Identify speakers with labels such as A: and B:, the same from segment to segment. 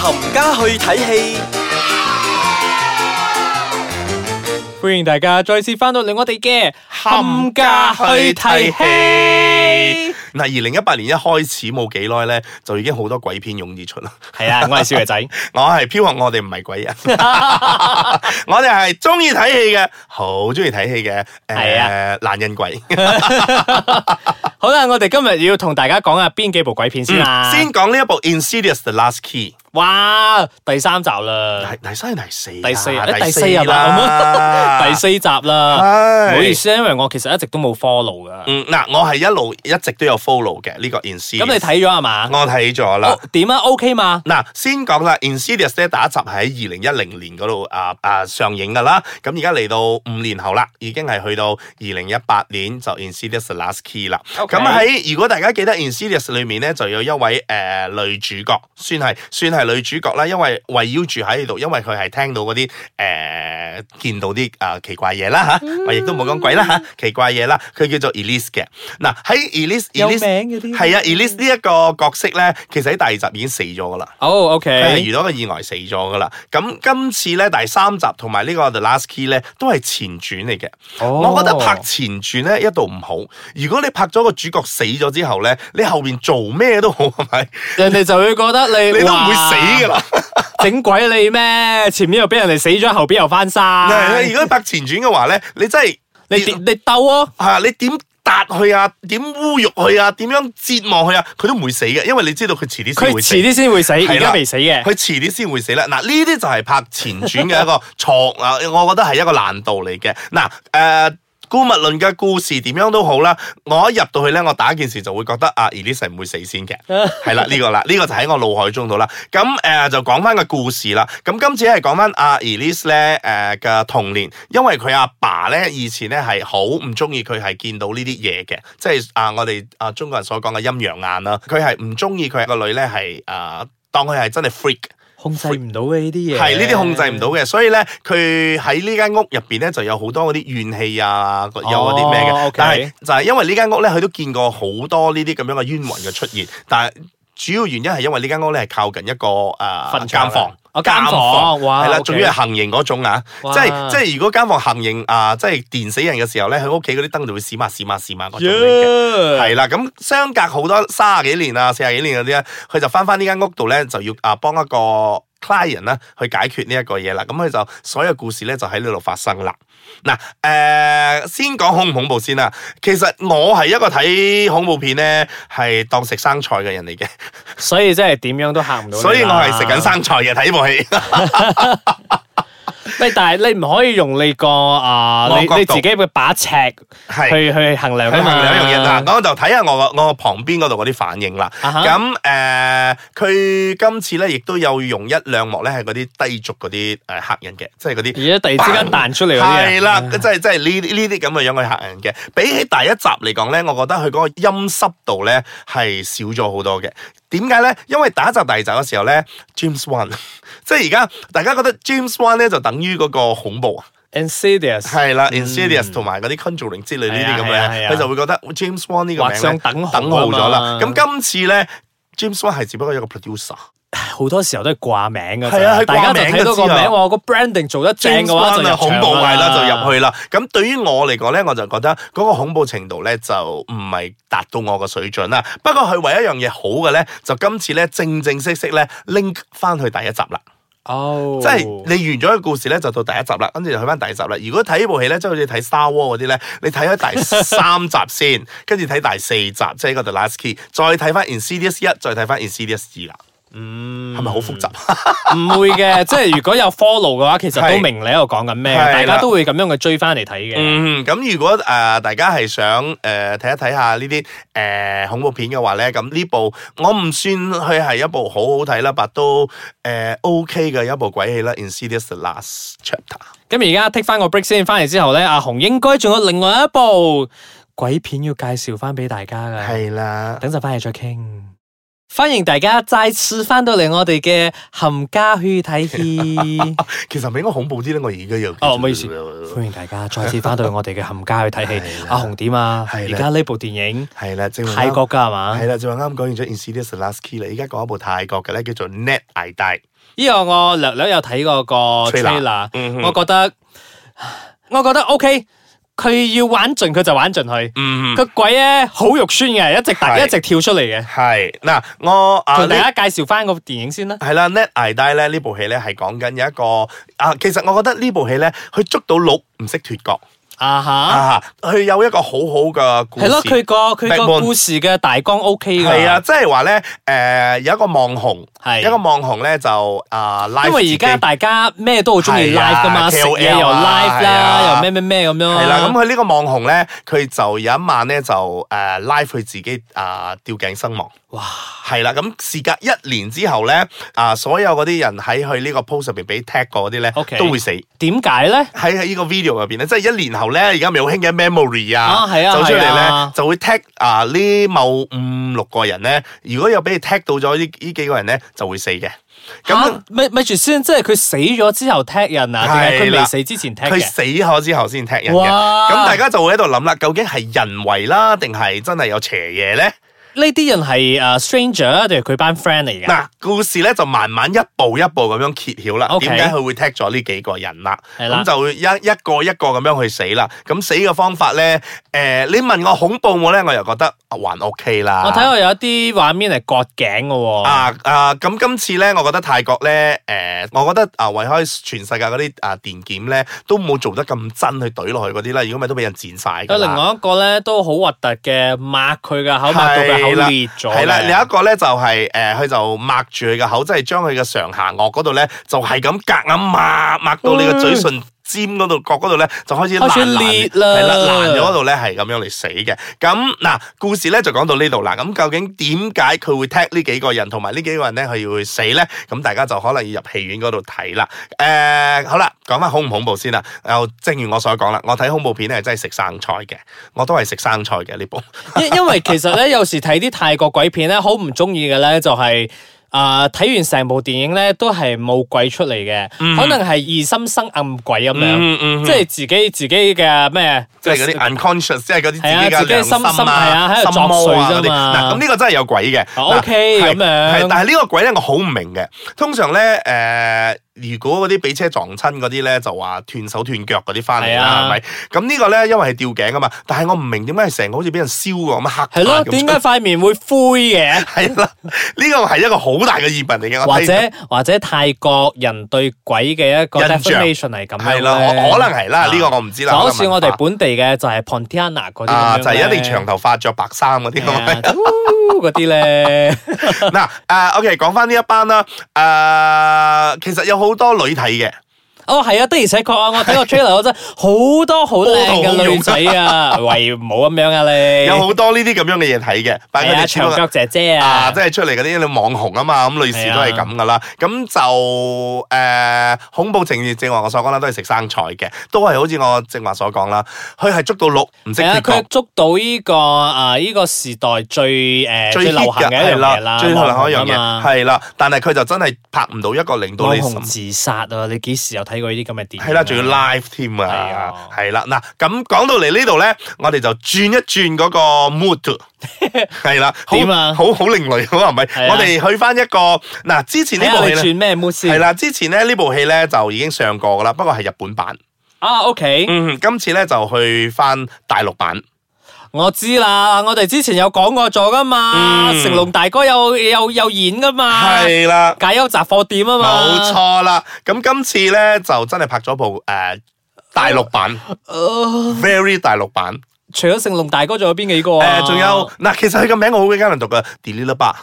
A: 冚家去睇戲，
B: 歡迎大家再次翻到嚟我哋嘅冚家去睇戲。
C: 嗱，二零一八年一開始冇幾耐咧，就已經好多鬼片湧而出啦。
B: 係啊，我係少爺仔，
C: 我係飄學，我哋唔係鬼 人，我哋係中意睇戲嘅，好中意睇戲嘅。誒、
B: 係
C: 呃，懶人鬼。
B: 好啦，我哋今日要同大家講下邊幾部鬼片先啦。
C: 嗯先，講呢一部《Insidious: The Last Key
B: 哇，第三集》，啦，
C: 第第三定第四啊？
B: 第四啊，誒
C: 第
B: 第
C: 四
B: 四啊嘛，
C: 啦，
B: 第四集啦。唔
C: 係。
B: 好意思，啊因為我其實一直都冇 follow 噶。
C: 嗯，嗱，我係一路一直都有 follow 嘅呢個 Insidious。
B: 咁你睇咗係嘛？
C: 我睇咗啦
B: 哦。點啊？OK 嘛？
C: 嗱，先講啦，《Insidious》咧第一集係喺二零一零年嗰度啊啊上映噶啦，咁而家嚟到五年後啦，已經係去到二零一八年就《Insidious》Last Key 啦。
B: OK
C: 咁喺如果大家記得《Insidious》裏面咧，就有一位誒、呃女主角，算係算係女主角啦，因為圍繞住喺度，因為佢係聽到嗰啲誒見到啲啊、奇怪嘢啦吓，
B: 嗯
C: 我亦都冇講鬼啦吓，奇怪嘢啦，佢叫做 Elise 嘅。嗱喺 Elise
B: 有名
C: Elise
B: 嗰啲
C: 係啊，Elise 呢一個角色咧，其實喺第二集已經死咗噶啦。
B: 哦
C: 佢係
B: ，OK，
C: 遇到一個意外死咗噶啦。咁今次咧第三集同埋呢個 The Last Key 咧都係前傳嚟嘅。
B: 我
C: 我覺得拍前傳咧一度唔好。如果你拍咗個主角死咗之後咧，你後邊做咩都好係咪？
B: 人哋就會覺得你
C: 你都唔會死噶啦。
B: 整鬼你咩？前面又俾人哋死咗，後邊又翻
C: 嗱如
B: 生，
C: 果拍前傳嘅話咧，你真係
B: 你跌你鬥啊！
C: 啊！你點揼佢啊？點侮辱佢啊？點樣折磨佢啊？佢都唔會死嘅，因為你知道佢遲啲
B: 佢
C: 先會
B: 遲
C: 死。
B: 啲先會死，
C: 係啦
B: 而家未死嘅。
C: 佢遲啲先會死啦。嗱，呢啲就係拍前傳嘅一個錯啊，我覺得係一個難度嚟嘅。嗱，誒、姑勿論嘅故事點樣都好啦，我一入到去咧，我打件事就會覺得啊 e l i s a 唔會死先嘅，係啦呢個啦，呢、個就喺我腦海中度啦。咁誒、呃就講翻個故事啦。咁今次係講翻阿 e l i s 咧誒嘅童年，因為佢阿爸咧以前咧係好唔中意佢係見到呢啲嘢嘅，即係啊我哋啊中國人所講嘅陰陽眼啦，佢係唔中意佢個女咧係啊。當佢係真係 freak，
B: 控制唔到嘅呢啲嘢，
C: 係呢啲控制唔到。嘅，所以咧佢喺呢間屋入邊咧就有好多嗰啲怨氣啊，有嗰啲咩嘅。
B: 哦，OK
C: 但係就係因為呢間屋咧，佢都見過好多呢啲咁樣嘅冤魂嘅出現，但係主要原因係因為呢間屋咧係靠近一個誒、呃、
B: 墳場
C: 監
B: 啊
C: 房，
B: 哦監房哇
C: 係啦，
B: OK
C: 仲要係行刑嗰種啊，
B: 哇
C: 即係即係如果監房行刑啊、即係電死人嘅時候咧，佢屋企嗰啲燈就會閃下閃下閃下嗰種嚟嘅。
B: 係
C: 係啦，咁相隔好多三十幾年啊、四十幾年嗰啲咧，佢就翻翻呢間屋度咧，就要啊幫一個 client 啦去解決呢一個嘢啦。咁佢就所有故事咧就喺呢度發生啦。嗱，誒、先講恐唔恐怖先啦。其實我係一個睇恐怖片咧係當食生菜嘅人嚟嘅，
B: 所以真係點樣都嚇唔到你啦。
C: 所以我係食緊生菜嘅睇呢部戲。
B: 喂，但係你唔可以用你個啊，
C: 我
B: 你
C: 角度
B: 你自己嘅把尺
C: 係
B: 去去衡量
C: 佢
B: 啊嘛。
C: 問兩樣嘢啦，嗱我就睇下我個我旁邊嗰度嗰啲反應啦。
B: 啊哈
C: 咁誒，呃佢、今次咧亦都有用一兩幕咧係嗰啲低俗嗰啲誒客人嘅，即係嗰啲。
B: 而家突然之間彈出嚟嗰啲啊
C: 係啦，即係即係呢啲呢啲咁嘅樣去嚇人嘅。比起第一集嚟講咧，我覺得佢嗰個陰濕度咧係少咗好多嘅。點解咧？因為第一集、第二集嘅時候咧，James Wan，即 係而家大家覺得 James Wan 咧就等於嗰個恐怖啊。
B: ，insidious
C: 係啦，Insidious 同埋嗰啲 Conjuring 之類呢啲咁
B: 嗯係啊係啊係
C: 嘅，
B: 啊
C: 佢就會覺得 James Wan 呢個
B: 畫
C: 名
B: 上
C: 咧
B: 等號
C: 等號咗
B: 啊嘛
C: 啦。咁今次咧，James Wan 係只不過一個 producer。
B: 好多時候都係掛名㗎咋。
C: 係啊佢掛
B: 大家就
C: 名
B: 睇到
C: 都知
B: 個
C: 啊
B: 名，我個 branding 做得正嘅話就
C: James Wan
B: 入
C: 啊恐怖
B: 場
C: 係
B: 㗎
C: 啦，就入去啦。咁對於我嚟講咧，我就覺得嗰個恐怖程度咧就唔係達到我個水準啦。不過佢唯一一樣嘢好嘅咧，就今次咧正正式式咧 link 翻去第一集啦。
B: 哦，
C: 即係你完咗個故事咧，就到第一集啦，跟住就去翻第二集啦。如果睇呢部戲咧，即係好似睇 Star War 嗰啲咧，你睇咗第三集先，跟住睇第四集，即係嗰 The Last Key，再睇翻 Insidious 一，再睇翻 Insidious 二啦。嗯，係咪好複雜？
B: 唔會嘅， 即係如果有 follow 嘅話，其實都
C: 係
B: 明你喺度講緊咩，
C: 係啦
B: 大家都會咁樣去追翻嚟睇嘅。
C: 嗯，咁如果誒、呃大家係想誒睇、一睇下呢啲誒恐怖片嘅話咧，咁呢部我唔算佢係一部好好睇啦，但都誒、呃 OK 嘅一部鬼戲啦，《Insidious The Last Chapter》。
B: 咁而家 take 翻個 break 先，翻嚟之後咧，阿紅應該仲有另外一部鬼片要介紹翻俾大家噶，
C: 係啦。
B: 等陣翻嚟再傾。欢迎大家再次翻到嚟我哋嘅冚家去睇 戲。
C: 其實咪應該恐怖啲咧，我而家又
B: 哦，唔好意思，欢迎大家再次翻到我哋嘅冚家去睇戲。
C: 係啦
B: 阿紅點啊？
C: 係
B: 而
C: 啦
B: 家呢部電影
C: 係啦，正話
B: 泰國㗎係嘛
C: 係？啦，正話啱講完咗 Insidious Last Key 啦，而家講一部泰國嘅咧，叫做 Net I Die。
B: 呢個我略略有睇過個
C: Trailer
B: trailer，
C: 嗯哼
B: 我覺得我覺得 OK，佢要玩盡佢就玩盡佢。
C: 嗯，
B: 個鬼咧好肉酸嘅，一直突
C: 係
B: 一直跳出嚟嘅。
C: 係嗱，我啊
B: 同
C: 呢
B: 大家介紹翻個電影先啦。
C: 係啦，Net I Die 咧呢部戲咧係講緊有一個啊，其實我覺得呢部戲咧，佢捉到鹿唔識脱角
B: 啊哈，
C: 啊，佢有一個好好嘅故事。
B: 係咯，佢個佢個
C: Backbone
B: 故事嘅大綱 OK 㗎。
C: 係啊，，即係話咧，誒有一個網紅，
B: 係
C: 一個網紅咧就啊拉，
B: 因為而家大家咩都好中意
C: 係啊
B: live 噶嘛，食
C: KOL
B: 嘢又 live
C: 啊係
B: 啦，
C: 啊
B: 又咩咩咩咁樣
C: 係啦，咁佢呢個網紅咧，佢就有一晚咧就誒、呃、拉佢自己啊、吊頸身亡。
B: 哇！
C: 係啦，咁事隔一年之後咧，啊、所有嗰啲人喺佢呢個 post 入邊俾 tag 過嗰啲咧
B: OK
C: 都會死。
B: 點解咧？
C: 喺喺呢個 video 入邊咧，即係一年後咧，而家咪好興嘅 memory
B: 啊
C: 啊，
B: 係啊
C: 走出
B: 係
C: 嚟咧
B: 啊
C: 就會 tag 啊呢某五六個人咧，如果有俾你 tag 到咗呢呢幾個人咧，就會死嘅。咁
B: 咁咪咪住先，即係佢死咗之後踢人啊，定係
C: 係
B: 佢
C: 啦
B: 未死之前踢
C: 佢
B: 嘅？
C: 死咗之後先踢人嘅，
B: 哇
C: 咁大家就會喺度諗啦，究竟係人為啦，定係真係有邪嘢咧？
B: 呢啲人係誒 stranger 啊定係佢班 friend 嚟㗎？
C: 嗱，故事咧就慢慢一步一步咁樣揭曉啦，
B: OK
C: 點解佢會踢咗呢幾個人啦？
B: 係啦
C: 咁就會一一個一個咁樣去死啦。咁死嘅方法咧，誒、你問我恐怖冇咧，我又覺得還 OK 啦。
B: 我睇過有一啲畫面係割頸嘅喎，
C: 啊啊！咁、今次咧，我覺得泰國咧，誒、我覺得啊，為開全世界嗰啲啊電檢咧，都冇做得咁真去懟落去嗰啲啦。如果咪都俾人剪晒㗎
B: 有另
C: 啦。
B: 外一個咧都好核突嘅，抹佢嘅口，抹到佢
C: 係啦
B: 口裂咗嘅。
C: 係啦，有一個咧就係、誒，佢、就抹住佢嘅口，即係將佢嘅上下颚嗰度咧，就係咁夾硬抹抹到你個嘴唇尖嗰度角嗰度咧，就開始
B: 開始
C: 爛
B: 裂
C: 爛，
B: 啦
C: 係啦，爛咗嗰度咧係咁樣嚟死嘅。咁嗱，故事咧就講到呢度啦。咁究竟點解佢會踢呢幾個人，同埋呢幾個人咧佢要會死咧？咁大家就可能要入戲院嗰度睇啦。誒、好啦，講翻恐唔恐怖先啦。又正如我所講啦，我睇恐怖片咧係真係食生菜嘅，我都係食生菜嘅呢部。
B: 因因为其實咧，有時睇啲泰國鬼片咧，好唔中意嘅咧，就係啊睇完成部電影咧，都係冇鬼出嚟嘅，可能係疑心生暗鬼咁樣，
C: 嗯嗯
B: 即係自己自己嘅咩，
C: 即係嗰啲啊 unconscious，即係嗰啲自己
B: 係啊
C: 嘅
B: 自己
C: 良
B: 心心
C: 心
B: 係啊
C: 啊、
B: 喺度
C: 心魔啊
B: 作祟
C: 嗰
B: 啫
C: 啲。
B: 嘛
C: 嗱，咁呢個真係有鬼嘅。
B: 哦 OK，
C: 啊
B: 嗯
C: 嗱係
B: 咁樣
C: 係但係呢個鬼咧，我好唔明嘅。通常咧，誒，如果嗰啲俾車撞親嗰啲咧，就話斷手斷腳嗰啲翻嚟
B: 係啊
C: 啦，係咪？咁呢個咧，因為係吊頸啊嘛。但係我唔明點解係成個好似俾人燒過咁黑
B: 係咯，
C: 炭啊咁
B: 點解塊面會灰嘅？
C: 係啦，呢個係一個好大嘅疑問嚟嘅。我
B: 或
C: 睇
B: 者或者泰國人對鬼嘅一個
C: 印象
B: definition 係咁樣
C: 係啦，
B: 咧
C: 我可能係啦，
B: 啊
C: 呢個我唔知
B: 就
C: 啦。
B: 好似我
C: 可能文
B: 哋
C: 化
B: 本地嘅就係 Pontiana 嗰啲
C: 啊，
B: 咁樣
C: 就係一定
B: 咧
C: 長頭髮、着白衫嗰啲咁
B: 係
C: 啊
B: 啊就呜嗰啲咧。
C: 嗱，誒，OK，講翻呢一班啦，誒，其實有好多女睇嘅，
B: 哦，係啊，的而且確啊，我睇個 trailer 我真係好多好靚嘅女仔啊，喂，唔好咁樣啊你，
C: 有好多呢啲咁樣嘅嘢睇嘅，但係
B: 係
C: 佢
B: 啊，
C: 哋全部
B: 長腳姐姐
C: 啊，
B: 啊
C: 即，係出嚟嗰啲你網紅啊嘛，咁女士都係咁噶啦，咁就誒恐怖情節，正話我所講啦，都係食生菜嘅，都係好似我正話所講啦，佢係捉到鹿唔識
B: 係啊，
C: 脱
B: 佢
C: 角。
B: 捉到呢個啊呢個時代最誒
C: 最 hit
B: 流行嘅一樣
C: 係
B: 嘢啦，
C: 最流行一樣
B: 網紅啊
C: 嘢
B: 嘛
C: 係啦，但係佢就真係拍唔到一個令到
B: 網
C: 你
B: 紅
C: 心
B: 自殺啊！你幾時有睇過呢啲咁嘅電影啊？
C: 係啦，仲要 live 添
B: 係
C: 啊
B: 啊，
C: 係啦，嗱，咁講到嚟呢度咧，我哋就轉一轉嗰個 mood，係啦，好
B: 點啊
C: 好好另類喎，係咪
B: 係？啊
C: 我哋去翻一個嗱，之前
B: 睇
C: 呢
B: 下
C: 部
B: 你
C: 戲咧，
B: 轉咩 mood
C: 係
B: 先？
C: 啦，之前咧呢部戲咧就已經上過噶啦，不過係日本版，
B: 啊，OK，
C: 嗯，今次咧就去翻大陸版，
B: 我知啦，我哋之前有講過咗噶嘛，
C: 嗯
B: 成龍大哥有有有演噶嘛，
C: 係啦，
B: 解憂雜貨店啊嘛，
C: 冇錯啦，咁今次咧就真係拍咗部誒大陸版
B: 呃
C: ，very 大陸版，
B: 除咗成龍大哥，仲有邊幾個啊？
C: 誒，仲有嗱，其實佢個名我好鬼艱難讀嘅 d e l i l a b a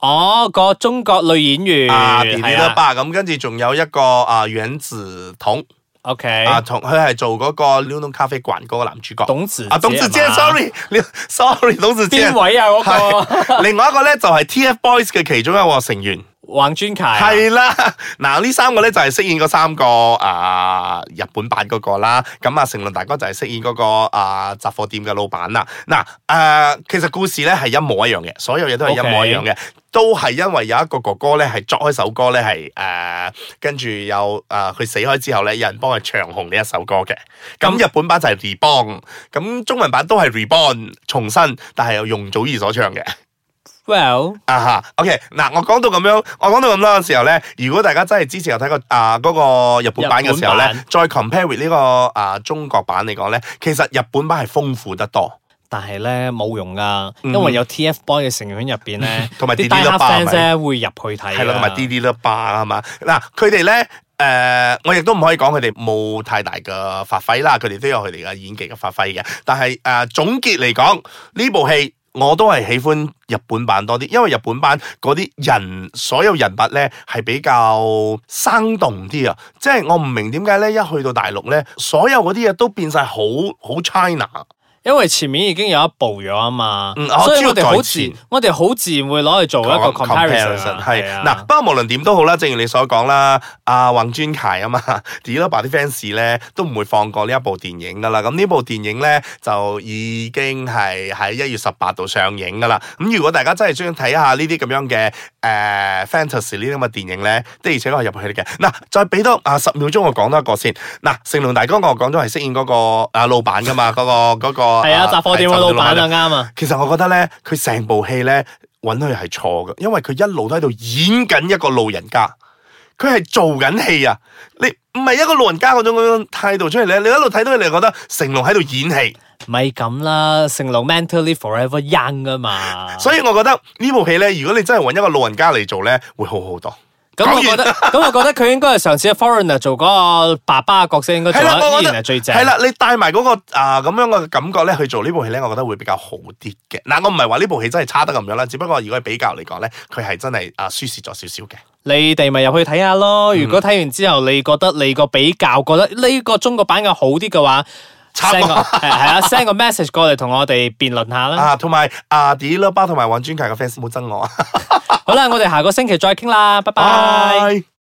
B: 哦，個中國女演員
C: 啊，迪麗
B: 嗯係
C: 熱
B: 啦
C: 巴咁，跟住仲有一個啊阮子彤
B: OK，
C: 啊，同佢係做嗰個《撩動咖啡館》嗰個男主角。
B: 董子
C: 啊，董子健
B: 嘛
C: ，sorry，你 sorry，董子健
B: 邊。位啊？嗰個
C: 係另外一個咧就係 TFBOYS 嘅其中一個成員，
B: 玩專卡啊，
C: 係啦， 嗱呢三個咧就係飾演嗰三個啊、日本版嗰個啦，咁啊成龍大哥就係飾演嗰、個啊、雜貨店嘅老闆啦。嗱、啊其實故事咧係一模一樣嘅，所有嘢都係一模一樣嘅。都係因為有一個哥哥咧，係作開首歌咧，係誒跟住有誒佢死開之後咧，有人幫佢唱紅呢一首歌嘅。咁日本版就係 Reborn，咁中文版都係 Reborn 重新，但係由容祖兒所唱嘅。
B: Well，
C: 啊哈，OK，嗱，我講到咁樣，我講到咁多嘅時候咧，如果大家真係之前有睇過啊嗰、個日本版嘅時候
B: 日
C: 咧
B: 本版，
C: 再 compare with 呢、個啊中國版嚟講咧，其實日本版係豐富得多，
B: 但係咧冇用噶，
C: 嗯
B: 因為有 TFBOY 嘅成員喺入 邊咧，
C: 同埋
B: 啲
C: DD
B: 大黑
C: 啦吧係
B: fans
C: 咪？
B: 咧會入去睇㗎，
C: 係啦，同埋 D D 啦吧係嘛？嗱，佢哋咧。誒、我亦都唔可以講佢哋冇太大嘅發揮啦，佢哋都有佢哋嘅演技嘅發揮嘅。但係誒、總結嚟講，呢部戲我都係喜歡日本版多啲，因為日本版嗰啲人所有人物咧係比較生動啲啊！即係我唔明點解咧，一去到大陸咧，所有嗰啲嘢都變晒好好 China。
B: 因為前面已經有一步咗啊嘛
C: 嗯，我
B: 所以
C: 知道
B: 我哋好
C: 在
B: 自
C: 前
B: 我哋好自然會攞去做一個 comparison 啊
C: 係
B: 係啊
C: 嗱，不過無論點都好啦，正如你所講啦，阿宏專凱啊嘛 d e l b a 啲 fans 咧都唔會放過呢一部電影噶啦。咁呢部電影咧就已經係喺一月十八度上映噶啦。咁如果大家真係中意睇下呢啲咁樣嘅誒、呃 fantasy 呢啲咁嘅電影咧，的而且確係入去嘅。嗱，再俾多啊十秒鐘我講多一個先。嗱，成龍大哥我講咗係飾演嗰、個啊老闆噶嘛，嗰、個嗰、個
B: 係啊，雜貨店嘅老闆
C: 啊
B: 啊，啱啊，
C: 其實我覺得咧，佢成部戲咧揾佢係錯嘅，因為佢一路都喺度演緊一個路人家，佢係做緊戲啊！你唔係一個路人家嗰種嗰種態度出嚟咧，你一路睇到佢，你就覺得成龍喺度演戲，
B: 咪咁啦，成龍 mentally forever young 啊嘛，
C: 所以我覺得呢部戲咧，如果你真係揾一個路人家嚟做咧，會好好多。
B: 咁我覺得，咁我覺得佢應該係上次 Foreigner 做嗰個爸爸嘅角色，應該做
C: 係啦，
B: 得
C: 我
B: 依
C: 覺
B: 然
C: 得
B: 係最正。
C: 係啦，你帶埋嗰個啊咁樣嘅感覺咧去做呢部戲咧，我覺得會比較好啲嘅。嗱，我唔係話呢部戲真係差得咁樣啦，只不過如果係比較嚟講咧，佢係真係啊輸蝕咗少少嘅。
B: 你哋咪入去睇下咯。
C: 嗯
B: 如果睇完之後，你覺得你個比較覺得呢個中國版嘅好啲嘅話
C: 插
B: ，send 個
C: 我
B: 係係啊，send 個 message 過嚟同我哋辯論下啦。
C: 啊，同埋啊 d 啦巴同埋尹專契嘅 fans 冇憎我啊，
B: 好啦，我哋下個星期再傾啦，拜拜。